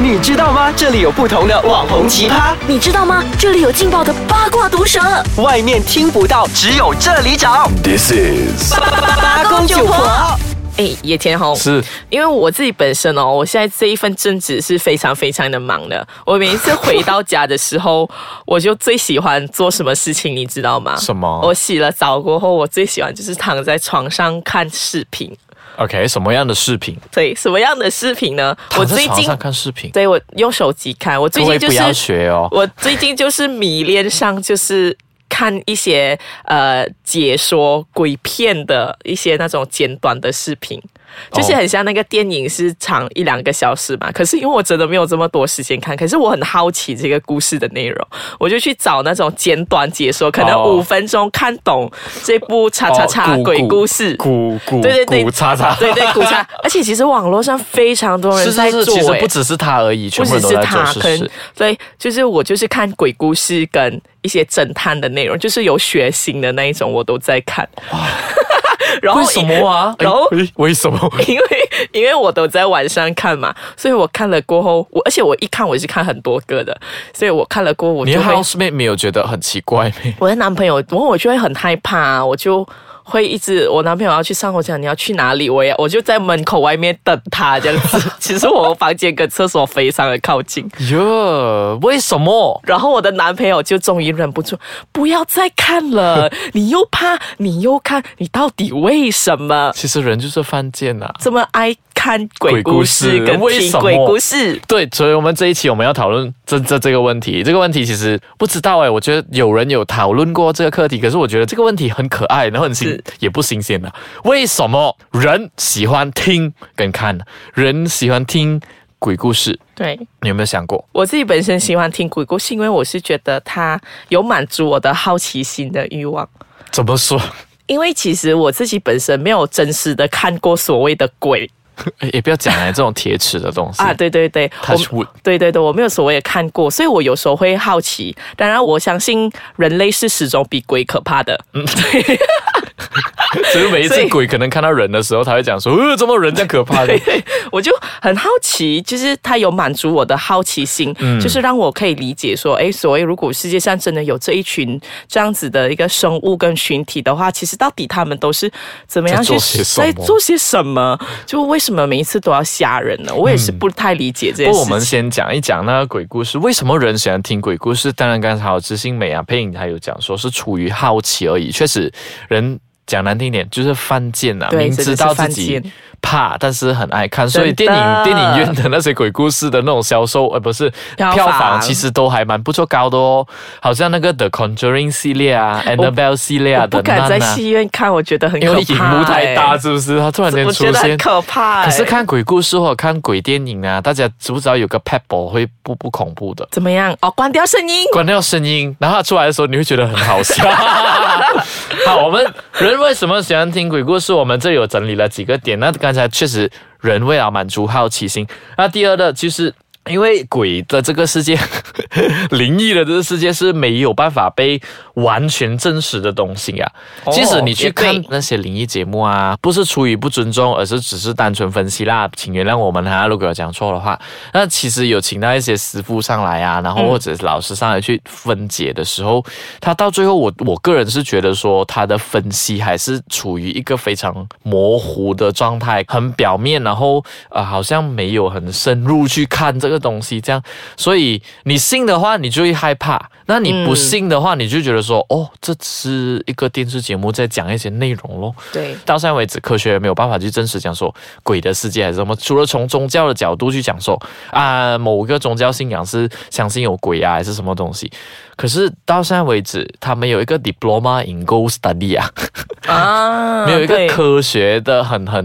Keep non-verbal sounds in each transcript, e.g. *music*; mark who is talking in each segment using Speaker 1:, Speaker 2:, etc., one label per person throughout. Speaker 1: 你知道吗？这里有不同的网红奇葩，
Speaker 2: 你知道吗？这里有劲爆的八卦毒舌，
Speaker 1: 外面听不到，只有这里找。
Speaker 3: This
Speaker 4: *laughs*
Speaker 3: is
Speaker 1: 八公九婆，
Speaker 4: 哎，野田红，
Speaker 3: 是
Speaker 4: 因为我自己本身哦，我现在这一份正职是非常非常的忙的。我每一次回到家的时候，我就最喜欢做什么事情，你知道吗？
Speaker 3: 什么
Speaker 4: 我洗了澡过后，我最喜欢就是躺在床上看视频。
Speaker 3: OK 什么样的视频？
Speaker 4: 对，什么样的视频呢？我
Speaker 3: 躺在
Speaker 4: 最
Speaker 3: 床
Speaker 4: 近
Speaker 3: 上看视频，
Speaker 4: 对我用手机看，我最
Speaker 3: 各位
Speaker 4: 近就
Speaker 3: 不
Speaker 4: 是
Speaker 3: 要学哦。
Speaker 4: 我最近就是迷恋上，就是看一些呃解说鬼片的一些那种简短的视频，就是
Speaker 3: 哦
Speaker 4: 很像那个电影是长一两个小时嘛。可是因为我真的没有这么多时间看，可是我很好奇这个故事的内容，我就去找那种简短解说，可能
Speaker 3: 哦
Speaker 4: 五分钟看懂这部叉叉叉
Speaker 3: 哦
Speaker 4: 鬼故事。
Speaker 3: 古古
Speaker 4: 对对对，
Speaker 3: 古叉叉，
Speaker 4: 对对古叉，而且其实网络上非常多
Speaker 3: *laughs*
Speaker 4: 人
Speaker 3: 是
Speaker 4: 在
Speaker 3: 是
Speaker 4: 做、
Speaker 3: 是，
Speaker 4: 欸，
Speaker 3: 其实不只是他而已，全
Speaker 4: 不
Speaker 3: 部
Speaker 4: 只
Speaker 3: 人都
Speaker 4: 是
Speaker 3: 在做
Speaker 4: 他，
Speaker 3: 事。
Speaker 4: 可能
Speaker 3: 是
Speaker 4: 对，就是我就是看鬼故事跟一些侦探的内容，就是有血腥的那一种，我都在看。 *laughs* 然后
Speaker 3: 为什么啊？
Speaker 4: 然后
Speaker 3: 哎哎为什
Speaker 4: *laughs*
Speaker 3: 么？
Speaker 4: 因为因为我都在晚上看嘛，所以我看了过后，我而且我一看我是看很多个的，所以我看了过后我
Speaker 3: 你
Speaker 4: 就会，
Speaker 3: housemate 没有觉得很奇怪咩？
Speaker 4: 我的男朋友，然后我就会很害怕、我就。会一直，我男朋友要去上，我讲你要去哪里，我也我就在门口外面等他这样子。 *laughs* 其实我房间跟厕所非常的靠近，
Speaker 3: 哟，为什么？
Speaker 4: 然后我的男朋友就终于忍不住，不要再
Speaker 3: *laughs*
Speaker 4: 看了，你又怕，你又看，你到底为什么
Speaker 3: 其实人就是犯贱啊呐、
Speaker 4: 这么爱看鬼故事
Speaker 3: 鬼故事
Speaker 4: 跟
Speaker 3: 为
Speaker 4: 听
Speaker 3: 什么
Speaker 4: 鬼故事？
Speaker 3: 对，所以我们这一期我们要讨论这这这个问题。这个问题其实不知道哎、我觉得有人有讨论过这个课题，可是我觉得这个问题很可爱，然后很新
Speaker 4: 是，
Speaker 3: 也不新鲜了。为什么人喜欢听跟看？人喜欢听鬼故事，
Speaker 4: 对
Speaker 3: 你有没有想过？
Speaker 4: 我自己本身喜欢听鬼故事，因为我是觉得它有满足我的好奇心的欲望。
Speaker 3: 怎么说？ *laughs*
Speaker 4: 因为其实我自己本身没有真实的看过所谓的鬼
Speaker 3: 哎也不要讲哎、这种铁齿的东西
Speaker 4: 啊，对对对，我
Speaker 3: ，touch wood。
Speaker 4: 对对对，我没有所谓的看过，所以我有时候会好奇。当然，我相信人类是始终比鬼可怕的。对
Speaker 3: 只是每一
Speaker 4: 所
Speaker 3: 次
Speaker 4: 以
Speaker 3: 鬼可能看到人的时候，他会讲说：“呃，怎么人这样可怕的
Speaker 4: 对，对，我就很好奇，就是它有满足我的好奇心，
Speaker 3: 嗯
Speaker 4: 就是让我可以理解说，哎，所谓如果世界上真的有这一群这样子的一个生物跟群体的话，其实到底他们都是怎么样
Speaker 3: 在
Speaker 4: 去
Speaker 3: 做些什么
Speaker 4: 在做些什么？就为什么每一次都要吓人呢？我也是不太理解？”这
Speaker 3: 嗯不
Speaker 4: 件
Speaker 3: 过我
Speaker 4: 事
Speaker 3: 们
Speaker 4: 情
Speaker 3: 先讲一讲那个鬼故事，为什么人喜欢听鬼故事？当然，刚才好知性美啊，配影还有讲说是出于好奇而已。确实，人讲难听一点就是犯贱呐、啊，
Speaker 4: 对
Speaker 3: 明知道自
Speaker 4: 真的是犯
Speaker 3: 己
Speaker 4: 贱
Speaker 3: 怕，但是很爱看。所以
Speaker 4: 真
Speaker 3: 电
Speaker 4: 的
Speaker 3: 影电影院的那些鬼故事的那种销售，呃，不是
Speaker 4: 票
Speaker 3: 票房，
Speaker 4: 房
Speaker 3: 其实都还蛮不错高的哦。好像那个 The Conjuring 系列啊，Annabelle 系列啊
Speaker 4: 我不
Speaker 3: 等等
Speaker 4: 敢在
Speaker 3: 啊。
Speaker 4: 戏院看，我觉得很
Speaker 3: 因
Speaker 4: 可
Speaker 3: 为荧
Speaker 4: 怕、
Speaker 3: 幕太
Speaker 4: 哎
Speaker 3: 大，是不是？它突然间
Speaker 4: 我
Speaker 3: 出
Speaker 4: 觉得
Speaker 3: 现
Speaker 4: 很，可怕、
Speaker 3: 可是
Speaker 4: 哎
Speaker 3: 看鬼故事或者看鬼电影啊，大家知不知道有个 pebble 会不不恐怖的？
Speaker 4: 怎么样？哦，关掉声音。
Speaker 3: 关掉声音，然后它出来的时候，你会觉得很好笑。 *laughs* 好，我们人为什么喜欢听鬼故事？我们这里有整理了几个点。那刚才确实人为了满足好奇心，那第二的就是。因为鬼的这个世界， *laughs* 灵异的这个世界是没有办法被完全证实的东西啊。
Speaker 4: 哦
Speaker 3: 即使你去
Speaker 4: 也对
Speaker 3: 看那些灵异节目啊，不是出于不尊重，而是只是单纯分析啦，请原谅我们啊哈、如果有讲错的话，那其实有请到一些师傅上来啊，然后或者是老师上来去分解的时候，他到最后我我个人是觉得说他的分析还是处于一个非常模糊的状态，很表面，然后呃好像没有很深入去看这个东西这样，所以你信的话你就会害怕，那你不
Speaker 4: 嗯
Speaker 3: 信的话你就觉得说、哦这是一个电视节目在讲一些内容咯，
Speaker 4: 对，
Speaker 3: 到现在为止，科学没有办法去证实讲说鬼的世界还是什么，除了从宗教的角度去讲说啊、某个宗教信仰是相信有鬼啊，还是什么东西。可是到现在为止，他们有一个 diploma in ghost study 啊，
Speaker 4: 啊，
Speaker 3: 没有一个
Speaker 4: 对
Speaker 3: 科学的很很。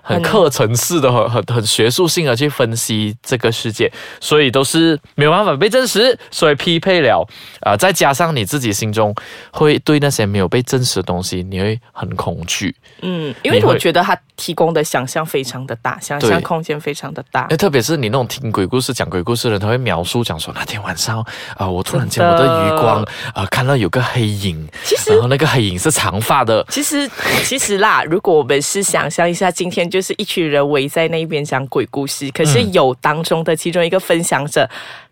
Speaker 3: 很
Speaker 4: 很
Speaker 3: 课程式的、很很很学术性的去分析这个世界，所以都是没有办法被证实，所以匹配了啊、再加上你自己心中会对那些没有被证实的东西，你会很恐惧，
Speaker 4: 嗯，因为
Speaker 3: 你会
Speaker 4: 我觉得他提供的想象非常的大，想
Speaker 3: 对
Speaker 4: 象空间非常的大
Speaker 3: 哎，。特别是你那种听鬼故事、讲鬼故事的人，他会描述讲说那天晚上啊、我突然间
Speaker 4: 真
Speaker 3: 我
Speaker 4: 的
Speaker 3: 的余光啊、看到有个黑影，
Speaker 4: 其实
Speaker 3: 然后那个黑影是长发的，
Speaker 4: 其实，其实啦，如果我们是想象一下，今天就是一群人围在那边讲鬼故事，可
Speaker 3: 嗯
Speaker 4: 是有当中的其中一个分享者，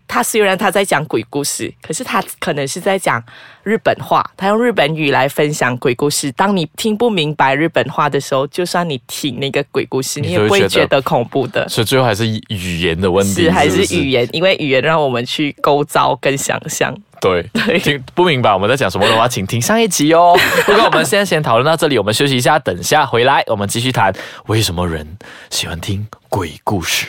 Speaker 4: 他虽然他在讲鬼故事，可是他可能是在讲日本话，他用日本语来分享鬼故事。当你听不明白日本话的时候，就算你听那个鬼故事，
Speaker 3: 你
Speaker 4: 你
Speaker 3: 就
Speaker 4: 也
Speaker 3: 会
Speaker 4: 不会
Speaker 3: 觉得
Speaker 4: 觉得恐怖的。
Speaker 3: 所以最后还是语言的问题，
Speaker 4: 是还
Speaker 3: 不
Speaker 4: 是语言，因为语言让我们去构造跟想象。
Speaker 3: *laughs* 对，
Speaker 4: 对
Speaker 3: 听不明白我们在讲什么的话，请听上一集哦。 *laughs* 不过我们现在先讨论到这里，我们休息一下，等下回来我们继续谈为什么人喜欢听鬼故事。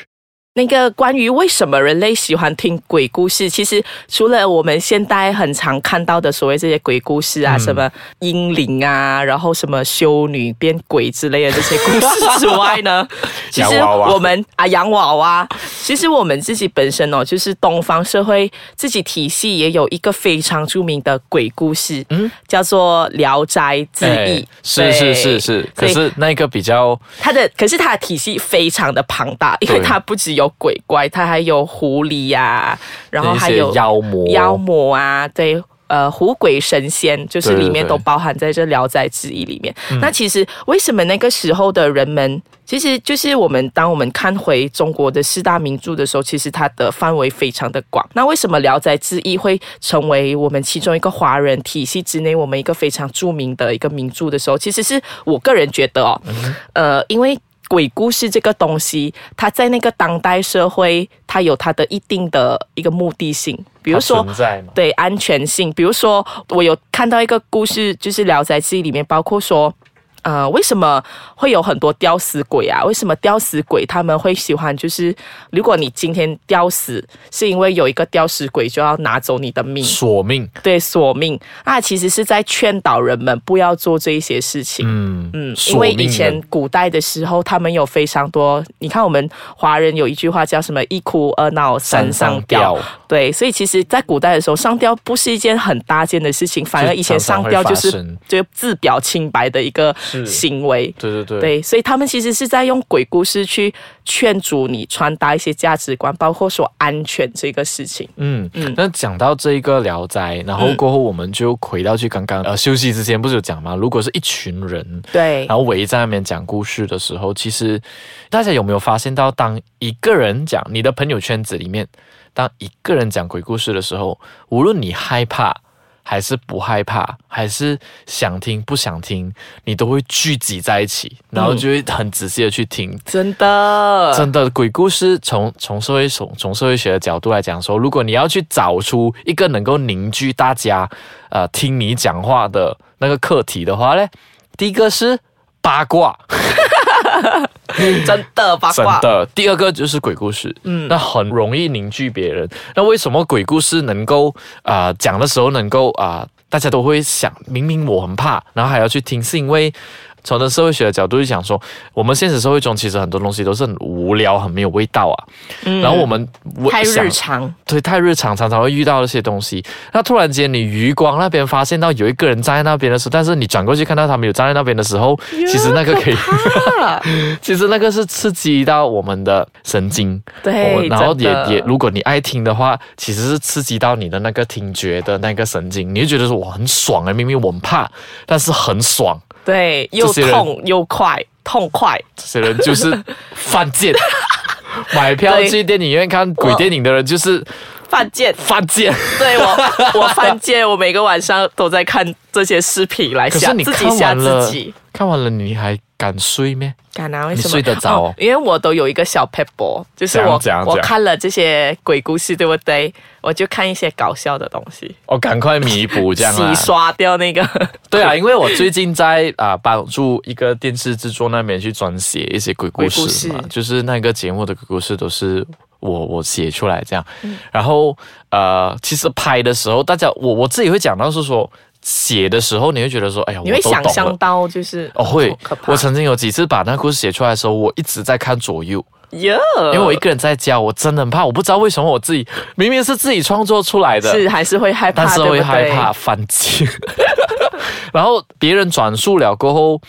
Speaker 4: 那个关于为什么人类喜欢听鬼故事，其实除了我们现代很常看到的所谓这些鬼故事
Speaker 3: 嗯
Speaker 4: 啊，什么英灵啊，然后什么修女变鬼之类的这些故事之外
Speaker 3: *laughs*
Speaker 4: 呢，其实
Speaker 3: 洋娃娃
Speaker 4: 我们啊洋娃娃，其实我们自己本身哦，就是东方社会自己体系也有一个非常著名的鬼故事，嗯，叫做《聊斋志异》
Speaker 3: 哎是是是
Speaker 4: 对
Speaker 3: 是，可
Speaker 4: 所以
Speaker 3: 是那个比较
Speaker 4: 它的可是它的体系非常的庞大，因为
Speaker 3: 对
Speaker 4: 它不只有鬼怪，它还有狐狸呀、然后
Speaker 3: 那
Speaker 4: 还
Speaker 3: 些
Speaker 4: 有
Speaker 3: 妖魔
Speaker 4: 妖魔啊，对。呃，狐鬼神仙就是
Speaker 3: 对对
Speaker 4: 里面
Speaker 3: 对
Speaker 4: 都包含在这《聊斋志异》里面。
Speaker 3: 嗯
Speaker 4: 那其实为什么那个时候的人们，其实就是我们当我们看回中国的四大名著的时候，其实它的范围非常的广。那为什么《聊斋志异》会成为我们其中一个华人体系之内我们一个非常著名的一个名著的时候，其实是我个人觉得哦，
Speaker 3: 嗯
Speaker 4: 呃，因为鬼故事这个东西，它在那个当代社会，它有它的一定的一个目的性，比如
Speaker 3: 它
Speaker 4: 说
Speaker 3: 存。在嘛，
Speaker 4: 对安全性，比如说，我有看到一个故事，就是《聊斋志异》里面，包括说，呃，为什么会有很多吊死鬼啊？为什么吊死鬼他们会喜欢？就是如果你今天吊死，是因为有一个吊死鬼就要拿走你的命，
Speaker 3: 索命，
Speaker 4: 对，索命。那其实是在劝导人们不要做这一些事情。
Speaker 3: 嗯嗯
Speaker 4: 因为以前古代的时候，他们有非常多，你看我们华人有一句话叫什么“一哭二闹三上吊”，对，所以其实，在古代的时候，上吊不是一件很搭件的事情，反而以前上吊就
Speaker 3: 常
Speaker 4: 是
Speaker 3: 常会发
Speaker 4: 就自表清白的一个
Speaker 3: 是
Speaker 4: 行为。
Speaker 3: 对对对，
Speaker 4: 对，所以他们其实是在用鬼故事去劝阻你传达一些价值观，包括说安全这个事情。
Speaker 3: 嗯，那讲到这一个《聊斋》，然后
Speaker 4: 嗯
Speaker 3: 过后我们就回到去刚刚呃休息之前不是有讲吗？如果是一群人，
Speaker 4: 对
Speaker 3: 然，后围在那边讲故事的时候，其实大家有没有发现到，当一个人讲你的朋友圈子里面，当一个人讲鬼故事的时候，无论你害怕还是不害怕，还是想听不想听，你都会聚集在一起，然后就会很仔细的去听。
Speaker 4: 真的，
Speaker 3: 真的鬼故事从从社会从从社会学的角度来讲说，如果你要去找出一个能够凝聚大家呃听你讲话的那个课题的话呢，第一个是八卦，
Speaker 4: 真的八
Speaker 3: 真
Speaker 4: 卦，
Speaker 3: 的；第二个就是鬼故事，嗯，那很容易凝聚别人。那为什么鬼故事能够啊、呃讲的时候能够啊、呃大家都会想，明明我很怕，然后还要去听，是因为。从的社会学的角度去讲说，我们现实社会中其实很多东西都是很无聊、很没有味道啊。然后我们我
Speaker 4: 太
Speaker 3: 想
Speaker 4: 日常。
Speaker 3: 对，太日常常常会遇到一些东西。那突然间你余光那边发现到有一个人站在那边的时候，但是你转过去看到他没有站在那边的时候，其实那个可以，其实那个是刺激到我们的神经。
Speaker 4: 对
Speaker 3: 我们哦然后
Speaker 4: 真
Speaker 3: 也
Speaker 4: 的
Speaker 3: 也，如果你爱听的话，其实是刺激到你的那个听觉的那个神经，你就觉得说我很爽啊，明明我很怕，但是很爽。
Speaker 4: 对，又
Speaker 3: 这些人
Speaker 4: 痛又快，痛快。
Speaker 3: 这些人就是犯
Speaker 4: *laughs*
Speaker 3: 贱。买票
Speaker 4: 对
Speaker 3: 去电影院看鬼电影的人就是
Speaker 4: 犯
Speaker 3: *laughs*
Speaker 4: 贱，
Speaker 3: 犯贱。
Speaker 4: 对我，我犯贱，我每个晚上都在看这些视频来
Speaker 3: 可是
Speaker 4: 吓
Speaker 3: 你
Speaker 4: 自己
Speaker 3: 看
Speaker 4: 吓
Speaker 3: 完了
Speaker 4: 自己。
Speaker 3: 看完了你还敢睡咩？
Speaker 4: 敢啊？为
Speaker 3: 你
Speaker 4: 什么
Speaker 3: 睡得着哦
Speaker 4: 因为我都有一个小 p e p e 就是我
Speaker 3: 怎样怎样
Speaker 4: 我
Speaker 3: 怎样
Speaker 4: 看了这些鬼故事，对不对？我就看一些搞笑的东西，
Speaker 3: 我哦赶快弥补这样啊啦
Speaker 4: 洗。刷掉
Speaker 3: *laughs*
Speaker 4: 那个。
Speaker 3: 对啊，因为我最近在啊、帮助一个电视制作那边去撰写一些鬼故事嘛，
Speaker 4: 鬼故事
Speaker 3: 就是那个节目的鬼故事都是我我写出来这样。
Speaker 4: 嗯
Speaker 3: 然后呃，其实拍的时候，大家我我自己会讲到是说，写的时候你会觉得说，哎呀，
Speaker 4: 你
Speaker 3: 我
Speaker 4: 会
Speaker 3: 都
Speaker 4: 想
Speaker 3: 懂
Speaker 4: 象
Speaker 3: 了。
Speaker 4: 到就是
Speaker 3: 哦，会
Speaker 4: 好可，怕
Speaker 3: 我曾经有几次把那个故事写出来的时候，我一直在看左右，
Speaker 4: 哟，
Speaker 3: 因为我一个人在家，我真的很怕，我不知道为什么我自己明明是自己创作出来的，
Speaker 4: 是还是会害怕，
Speaker 3: 但是
Speaker 4: 对
Speaker 3: 会
Speaker 4: 不
Speaker 3: 害 *laughs*
Speaker 4: 对
Speaker 3: 怕犯贱。然后别人转述了过后，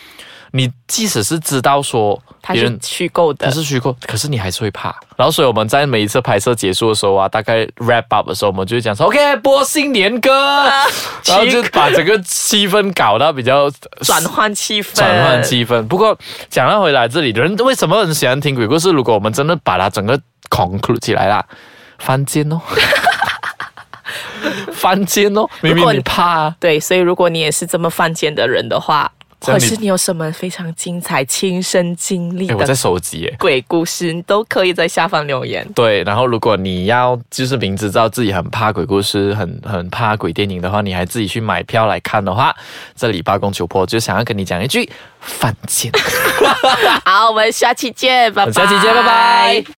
Speaker 3: 你即使是知道说
Speaker 4: 它
Speaker 3: 别
Speaker 4: 是
Speaker 3: 人
Speaker 4: 虚构的
Speaker 3: 它。是虚构，可是你还是会怕。然后，所以我们在每一次拍摄结束的时候啊，大概 wrap up 的时候，我们就会讲说 OK 播新年歌，
Speaker 4: 啊
Speaker 3: 然后就把整个气氛搞到比较
Speaker 4: 转换气氛，
Speaker 3: 转换气氛。不过讲到回来这里，人为什么很喜欢听鬼故事？如果我们真的把它整个 conclude 起来啦，翻间哦， *laughs* 翻间哦，明
Speaker 4: 如
Speaker 3: 明
Speaker 4: 果
Speaker 3: 你
Speaker 4: 你
Speaker 3: 怕、啊。
Speaker 4: 对，所以如果你也是这么犯贱的人的话，
Speaker 3: 这样
Speaker 4: 或
Speaker 3: 你
Speaker 4: 是你有什么非常精彩亲身经历
Speaker 3: 哎，我在
Speaker 4: 的
Speaker 3: 手机耶。
Speaker 4: 鬼故事，你都可以在下方
Speaker 3: *laughs*
Speaker 4: 留言。
Speaker 3: 对，然后如果你要就是明知道自己很怕鬼故事、很很怕鬼电影的话，你还自己去买票来看的话，这里八公九婆就想要跟你讲一句犯贱。
Speaker 4: 好，我们下期见，
Speaker 3: 我
Speaker 4: 拜拜。
Speaker 3: 们下期见拜拜。